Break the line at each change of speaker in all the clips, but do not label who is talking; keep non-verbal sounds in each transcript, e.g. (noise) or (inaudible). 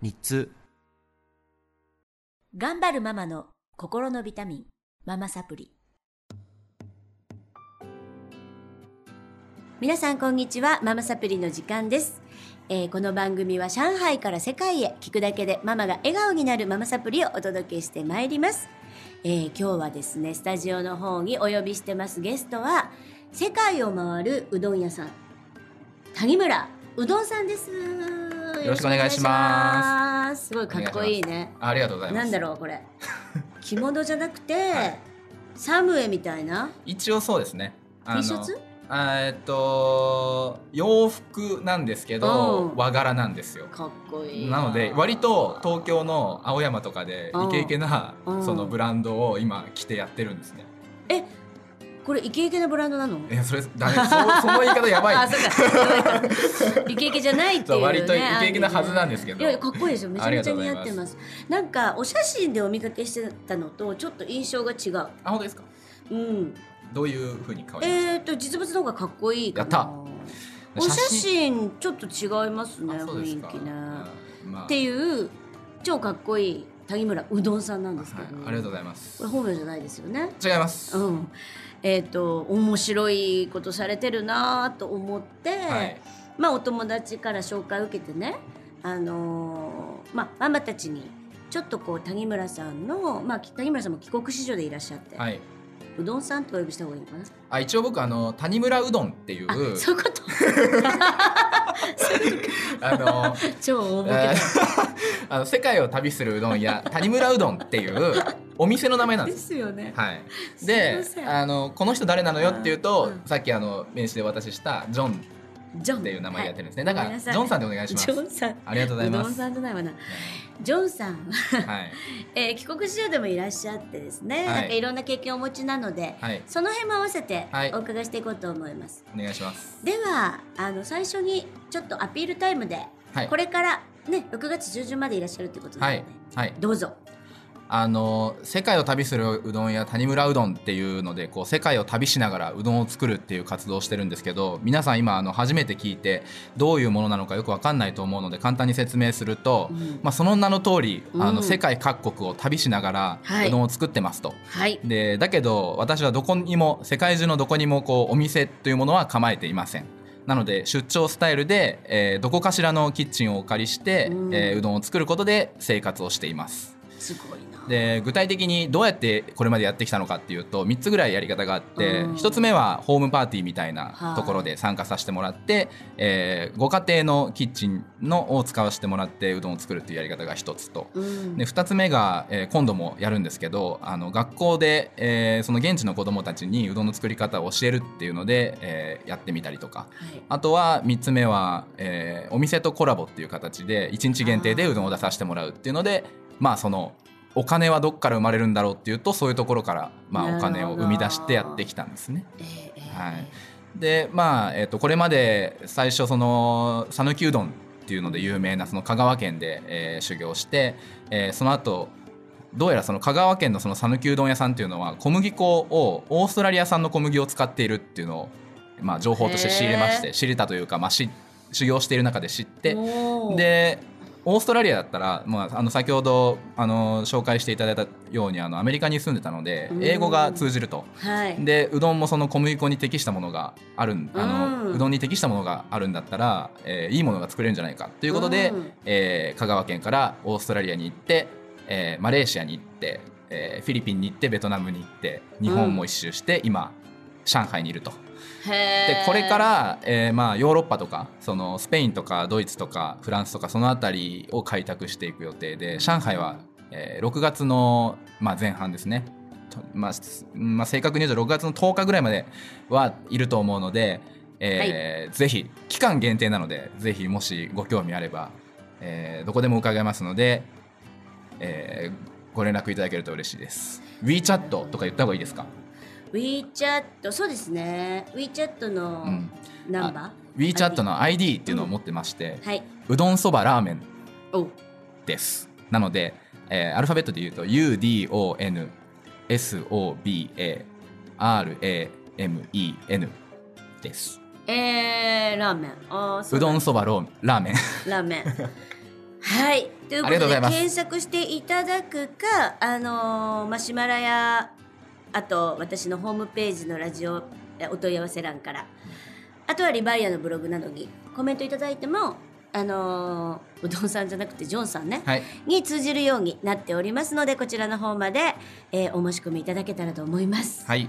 日通
頑張るママの心のビタミン、ママサプリ。皆さんこんにちは、ママサプリの時間です。えーこの番組は上海から世界へ聞くだけでママが笑顔になるママサプリをお届けしてまいります。えー今日はですね、スタジオの方にお呼びしてますゲストは、世界を回るうどん屋さん、谷村うどんさんです。よ。
ろしくお願いします
すごいかっこいいね。
ありがとうございます。
なんだろうこ
(laughs)
れ着物じゃなくて、サムエみたいな
一応そうですね。あ
T
の
シャツ
あーえっと洋服なんですけ
う
ど
ん
和柄なんですよ。
かっこいい
なので割と東京の青山とかで
うん
イケイケな
うん
そのブランドを今着てやってるんですね。
これイケイケなブランドなの
えそれ
(laughs)
ダメそその言い方やばい。
あそうかそうかイケイケじゃないっていう、ね、
割とイケイケなはずなんですけど
いやかっこいいですよめちゃめちゃ似合って
ありがとうござい
ま
ます
なんかお写真でお見かけしてたのとちょっと印象が違う
あ本当ですか。
うん
どういう風に変わりまし
えっ、ー、と実物の方がかっこいいかな
やった
お
た。
写真ちょっと違いますね
あそう
雰
です
囲
か
気ね、
うんまあ
っていう超かっこいい谷村うどんさんなんですけ
はい
ど、
ありがとうございます
これ。本名じゃないですよね。
違います。
うん、えっ、と面白いことされてるなと思って、
はい。
まあお友達から紹介を受けてね、あのーまあママたちにちょっとこう谷村さんのまあ谷村さんも帰国子女でいらっしゃって、
はい。
うどんさんとお呼びした方がいいのかな。
あ一応僕あの谷村うどんっていう
あ、そういうこと
あの
超大ボケ
え
だ。
ー (laughs) あの世界を旅するうどん
(laughs)
屋谷村うどんっていうお店の名前なん
で
です。
すよね。
はい、
すい
で
ません
あのこの人誰なのよっていうと、
うん
さっきあの名刺でお渡ししたジョン
ジョン
っていう名前でやってるんですね、
はい
だ
ご
か
めんな
ら
さ
ジ
い
ョンさんでお願いします
ジョンさん。
ありがとうございう
ど
ま
ん
す
さんじゃないわな。ジョンさんは
はい
えー帰国子女でもいらっしゃってですね、
はい
なんかいろんな経験をお持ちなので、
はい
その辺も合わせて
はい
お伺いしていこうと思います、
お願いします
ではあの最初にちょっとアピールタイムで、
はい
これからね6月中旬までいらっしゃるということな
は
ので、
いはい
どうぞ
あの世界を旅するうどん屋谷村うどんっていうのでこう世界を旅しながらうどんを作るっていう活動をしてるんですけど皆さん今あの初めて聞いてどういうものなのかよくわかんないと思うので簡単に説明すると、
うん
まあ、その名の通り、あ
うん
の世界各国を旅しながら
はいう
どんを作ってますと。
はい
でだけど私はどこにも世界中のどこにもこうお店というものは構えていませんなので出張スタイルで、えーどこかしらのキッチンをお借りして、
うん
えーうどんを作ることで生活をしています
すごいな
で具体的にどうやってこれまでやってきたのかっていうと3つぐらいやり方があって、
うん
1つ目はホームパーティーみたいなところで参加させてもらって、えーご家庭のキッチンのを使わせてもらってうどんを作るっていうやり方が1つと。
うん
で2つ目が、えー今度もやるんですけどあの学校で、えーその現地の子どもたちにうどんの作り方を教えるっていうので、えーやってみたりとか
はい
あとは3つ目は、えーお店とコラボっていう形で1日限定でうどんを出させてもらうっていうのでまあそのお金はどっから生まれるんだろうっていうとそういうところから、ま
なる
あ、お
ほど
金を生み出してやってきたんですね。
えーえー
はいでまあ、えっとこれまで最初その讃岐うどんっていうので有名なその香川県で、えー修行して、えーその後どうやらその香川県のその讃岐うどん屋さんっていうのは小麦粉をオーストラリア産の小麦を使っているっていうのを、まあ、情報として仕入れまして知れたというか、まあ、し修行している中で知って
おー
でオーストラリアだったら、まあ、あの先ほどあの紹介していただいたようにあのアメリカに住んでたので
うん
英語が通じると。
はい
でうどんもその小麦粉に適したものがあるんあの、
う
うんどんに適したものがあるんだったら、えーいいものが作れるんじゃないかということで、
うん
えー香川県からオーストラリアに行って、えーマレーシアに行って、えーフィリピンに行ってベトナムに行って日本も一周して、今上海にいると。
へ
で
ー
これから、えーまあ、ヨーロッパとかそのスペインとかドイツとかフランスとかその辺りを開拓していく予定で上海は、えー6月の、まあ、前半ですね、とまあすまあ、正確に言うと6月の10日ぐらいまではいると思うので、えーぜひ期間限定なのでぜひもしご興味あればえーどこでも伺えますので、えーご連絡いただけると嬉しいです WeChat とか言った方がいいですか
WeChat そうですね WeChat の
うん
ナンバー、
WeChat の ID っていうのを持ってまして、
はいう
どんそばラーメン
お
ですなので、えーアルファベットで言うと UDONSOBARAMEN です
えー、ラーメンあーそう
どん
だ
そばローラーメン
ラーメンはいという
あ
こ
り
と
がとうご
で
ざいます
検索していただくかあのーマシュマラやあと私のホームページのラジオえお問い合わせ欄からあとはリバイアのブログなどにコメントいただいてもあのーうどんさんじゃなくてジョンさんね、
はい
に通じるようになっておりますのでこちらの方まで、えーお申し込みいただけたらと思います、
はい、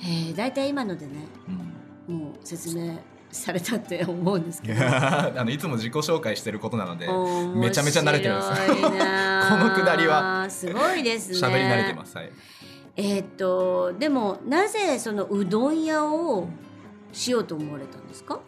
えー、大体今のでね (laughs)
うん
もう説明されたって思うんです
い
けど
やーあのいつも自己紹介してることなのでめ
め
ちゃめちゃ慣れてます (laughs)
この
のくだりは
すごいですね
喋り慣れてます、はい、
えーっとでもなぜそのうどん屋をしようと思われたんですか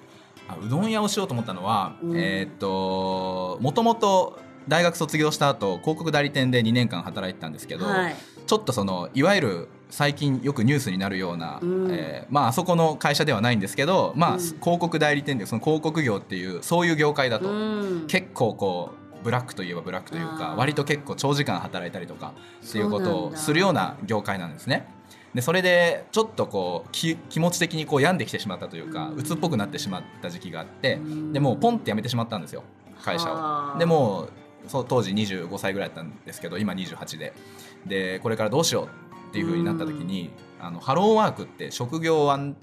あうどん屋をしようと思ったのは、
うん
えーっともともと大学卒業した後広告代理店で2年間働いてたんですけど、
はい
ちょっとそのいわゆる最近よくニュースになるような、
うん
えーまああそこの会社ではないんですけど、まあ
うん
広告代理店でその広告業っていうそういう業界だと、
うん
結構こうブラックといえばブラックという
あ
か
ー
割と結構長時間働いたりとかっていうこ
そう
と
なん
を
だ
するような業界なんですね。でそれでちょっとこうき気持ち的にこう病んできてしまったというか
うん
鬱っぽくなってしまった時期があって
うん
でもうポンって辞めてしまったんですよ会社を。
はあ
でもうそう当時25歳ぐらいだったんですけど今28ででこれからどうしようっていうふうになった時にあのハローワークって職業安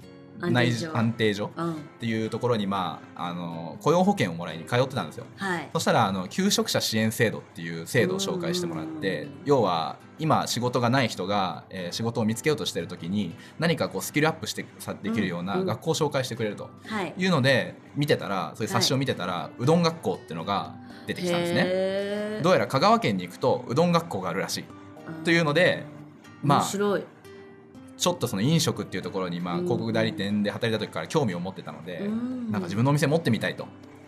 安
内
定所
安定所
うん
っていうところに、まあ、あの雇用保険をもらいに通ってたんですよ。
はい
そしたらあの求職者支援制度っていう制度を紹介してもらって、
うん
要は今仕事がない人が、えー仕事を見つけようとしてる時に何かこうスキルアップしてさできるよう
うん
な
うん
学校を紹介してくれると
はい
いうので見てたらそういう冊子を見てたら、うどん学校っていうのが出てきたんですね。
へー
どうやら香川県に行くとうどん学校があるらしいというので
うん
まあ
面白い
ちょっとその飲食っていうところに、まあ、
うん
広告代理店で働いた時から興味を持ってたので、
うん
なんか自分のお店持ってみたいと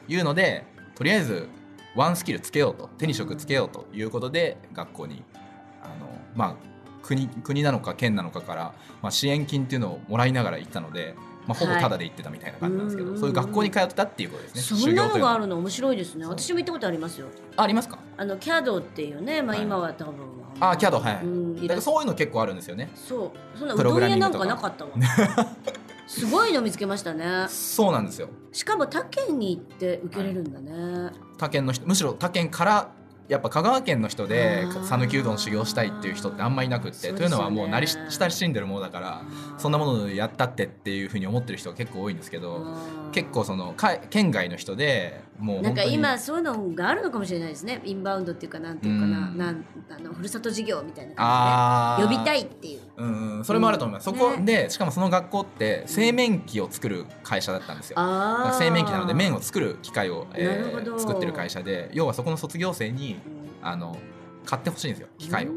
いうのでとりあえずワンスキルつけようと手に職つけようということで学校にあの、まあ、国国なのか県なのかから、まあ、支援金っていうのをもらいながら行ったので、まあ、ほぼタダで行ってたみたいな感じなんですけど、
はい
そういう学校に通ってたっていうことですね。
そんな
修行と
の
いう
があ
は
るの面白いですね
そう
私も行ったことありますよ
あありますか
あのキャドっていうねまあ
はい
今は多分
あキャドはい、
うん
だからそういうの結構あるんですよね。
そうそんなう
プロ
ど
グ
ん
ラ
屋
ミン
な
グ
ん
と
か
か
なかったわ
(laughs)
すごいの見つけましたね
そうなんですよ
しかも他県に行って受けれるんだね、
他県の人むしろ他県からやっぱ香川県の人で
あー
讃岐うどん修行したいっていう人ってあんまいなくっ
そ
て、
うです
とい
よね
うのはもう慣れ親しんでるものだからそんな
も
ものやったってっていうふうに思ってる人が結構多いんですけど
の
結構そのか県外の人でも
な
う
ん
本
か
当に
今そういうのがあるのかもしれないですねインバウンドっていうかなんていうかな,、
うん
なんあのふるさと事業みたいな感
あ
じ
ー
で呼びたいっていう
うんうんそれもあると思います、
うん
そこでしかもその学校って製麺機を作る会社だったんですよ、だか
あ
ら
ー
製麺機なので麺を作る機械を、えー
なるほど
作ってる会社で要はそこの卒業生にあの買ってほしいんですよ機械を。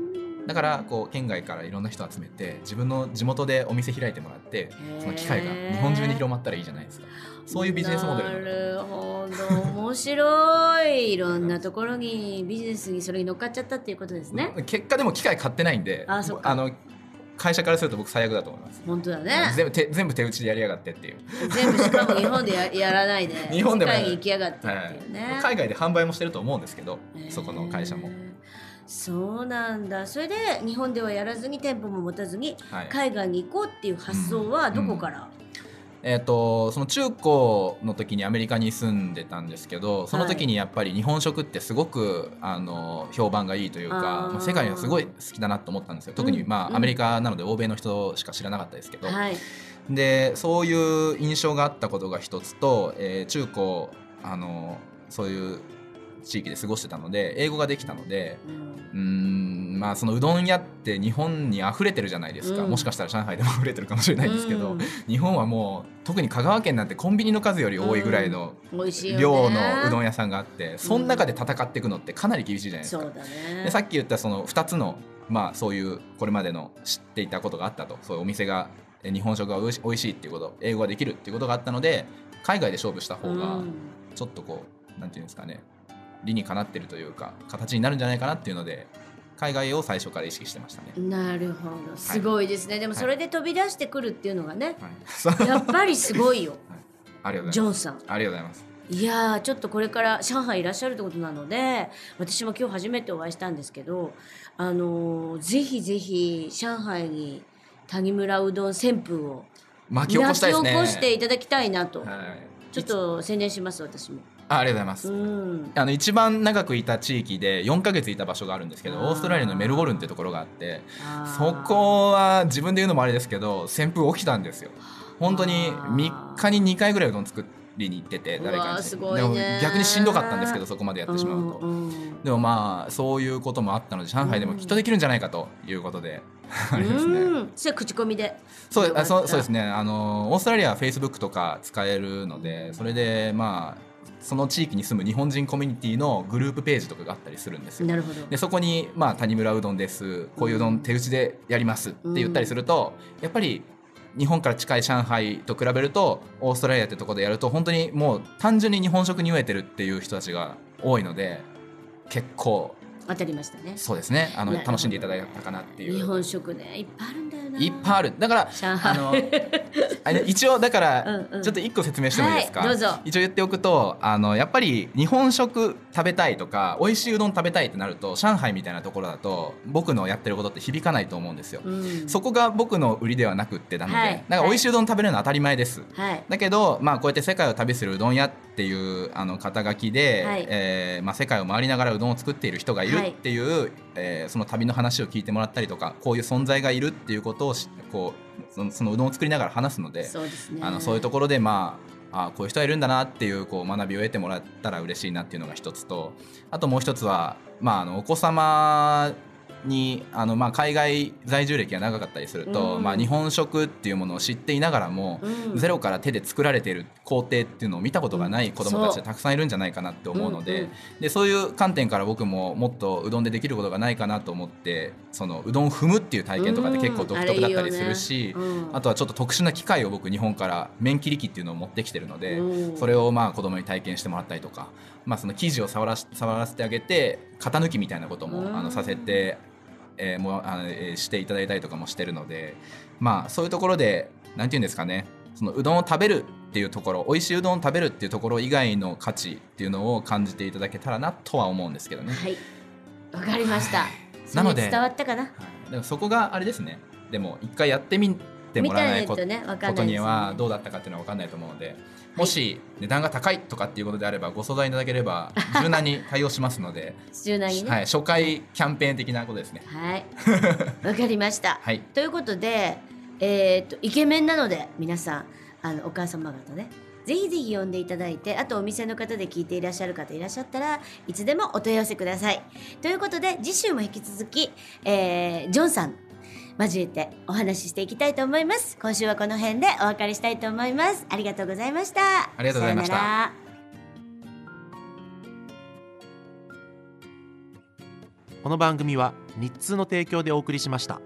だからこう県外からいろんな人集めて自分の地元でお店開いてもらってその機会が日本中に広まったらいいじゃないですかそういうビジネスモデルなのか
なるほど面白いいろんなところにビジネスにそれに乗っかっちゃったっていうことです
な
ね
結果でも機械買ってないんで
あそっか
の会社からすると僕最悪だと思います、
本当だね
全部手全部手打ちでやりやがってっていう、
全部しかも日本でややらないで
(laughs) 日本でも
世界
やる
に行きやがって
は
ってい
い
うね、
海外で販売もしてると思うんですけどそこの会社も
へ、ーそうなんだそれで日本ではやらずに店舗も持たずに
はい
海外に行こうっていう発想はどこから、
えー、とその中高の時にアメリカに住んでたんですけどその時にやっぱり日本食ってすごくあの評判がいいというか
あー
まあ世界がすごい好きだなと思ったんですよ特に、
うん
まあ
うん
アメリカなので欧米の人しか知らなかったですけど、
はい
でそういう印象があったことが一つと、えー中高あのそういう地域で過ごしてたので英語ができたので。
うん
うーんまあそのうどん屋って日本に溢れてるじゃないですか、
うん
もしかしたら上海でも溢れてるかもしれないですけど、
うん
日本はもう特に香川県なんてコンビニの数より多いぐらいの
美味しいよね
量のうどん屋さんがあってその中で戦っていくのってかなり厳しいじゃないです
そ
か。
うだね
でさっき言ったその2つのまあそういうこれまでの知っていたことがあったとそういうお店がえ日本食がおいし美味しいっていうこと英語ができるっていうことがあったので海外で勝負した方が
うん
ちょっとこう、なんていうんですかね理にかなってるというか形になるんじゃないかなっていうので海外を最初から意識してましたね。
なるほどすごいですね、でも
はい
それで飛び出してくるっていうのがね、
はい、 (laughs) そう
やっぱりすご
(laughs)
いよ
ありがとうございます。
ジョンさん
ありがとうございます。
いやーちょっとこれから上海いらっしゃるってことなので私も今日初めてお会いしたんですけどあのーぜひぜひ上海に谷村うどん旋風を
巻き起こしたいですね。
巻き起こしていただきたいなと、
はい、
ちょっと宣伝します私も
あありがとうございま
う
す。
ん
あの一番長くいた地域で4ヶ月いた場所があるんですけど
あー
オーストラリアのメルボルンってところがあって
あー
そこは自分で言うのもあれですけど旋風起きたんですよ本当に
あー
3日に2回ぐらいうどん作りに行ってて誰
う
か
わー
に
すごいね
でも逆にしんどかったんですけどそこまでやってしまうと、
んん
でもまあそういうこともあったので上海でもきっとできるんじゃないかということで、あれですね、
うんそれは口コミで
そうあ
よかっ
そ
た
うそうですねあのオーストラリアは Facebook とか使えるのでそれでまあその地域に住む日本人コミュニティのグループページとかがあったりするんですよ
なるほど
でそこに、まあ「谷村うどんです」「こういううどん手打ちでやります」って言ったりすると、やっぱり日本から近い上海と比べるとオーストラリアってとこでやると本当にもう単純に日本食に飢えてるっていう人たちが多いので結構
当たりましたね
そうですねあの
なるほど
楽しんでいただいたかなっていう。
日本食ねいっぱいあるんだよない
っぱいあるだから
上海
あのあれ一応だから
うんうん
ちょっと一個説明してもいいですか、
はいどうぞ
一応言っておくとあのやっぱり日本食食べたいとか美味しいうどん食べたいってなると上海みたいなところだと僕のやってることって響かないと思うんですよ、
うん
そこが僕の売りではなくってなので、
はい
だから美味しいうどん食べるのは当たり前です、
はい
だけど、まあ、こうやって「世界を旅するうどん屋」っていうあの肩書きで、
はい
えーまあ、世界を回りながらうどんを作っている人がいる
はい
っていう、えーその旅の話を聞いてもらったりとかこういう存在がいるっていうことをしこうそのそのうどんを作りながら話すので
そうですね
あのそういうところで、まあ、あこういう人がいるんだなっていうこう学びを得てもらったら嬉しいなっていうのが一つとあともう一つは、まあ、あのお子様にあの、まあ、海外在住歴が長かったりすると、
うん
まあ、日本食っていうものを知っていながらも、
うん
ゼロから手で作られている工程っていうのを見たことがない子どもたちがたくさんいるんじゃないかなって思うので,、
うんうん
でそういう観点から僕ももっとうどんでできることがないかなと思ってそのうどんを踏むっていう体験とかって結構独特だったりするし、
うんあれいいよねうん
あとはちょっと特殊な機械を僕日本から麺切り機っていうのを持ってきてるので、
うん
それをまあ子供に体験してもらったりとか、まあ、その生地を触らし触らせてあげて型抜きみたいなことも、
うん
あのさせて、えーもうあのえーしていただいたりとかもしてるので、まあ、そういうところでなんていうんですかねそのうどんを食べるっていうところ美味しいうどんを食べるっていうところ以外の価値っていうのを感じていただけたらなとは思うんですけどね。
はいわかりましたそれ
なので
伝わったかな
でもそこがあれですねでも一回やってみてもらわないこと
見たいとねわかんないです
こ
ね
とにはどうだったかっていうのは分かんないと思うので、もし値段が高いとかっていうことであればご相談いただければ柔軟に対応しますので、
柔軟にね
はい、初回キャンペーン的なことですね。
はいわかりました
(laughs) はい、
ということでえー、とイケメンなので皆さんあのお母様方ねぜひぜひ呼んでいただいてあとお店の方で聞いていらっしゃる方いらっしゃったらいつでもお問い合わせくださいということで次週も引き続き、えージョンさん交えてお話ししていきたいと思います今週はこの辺でお別れしたいと思いますありがとうございました
ありがとうございました
さよなら
この番組は日通の提供でお送りしました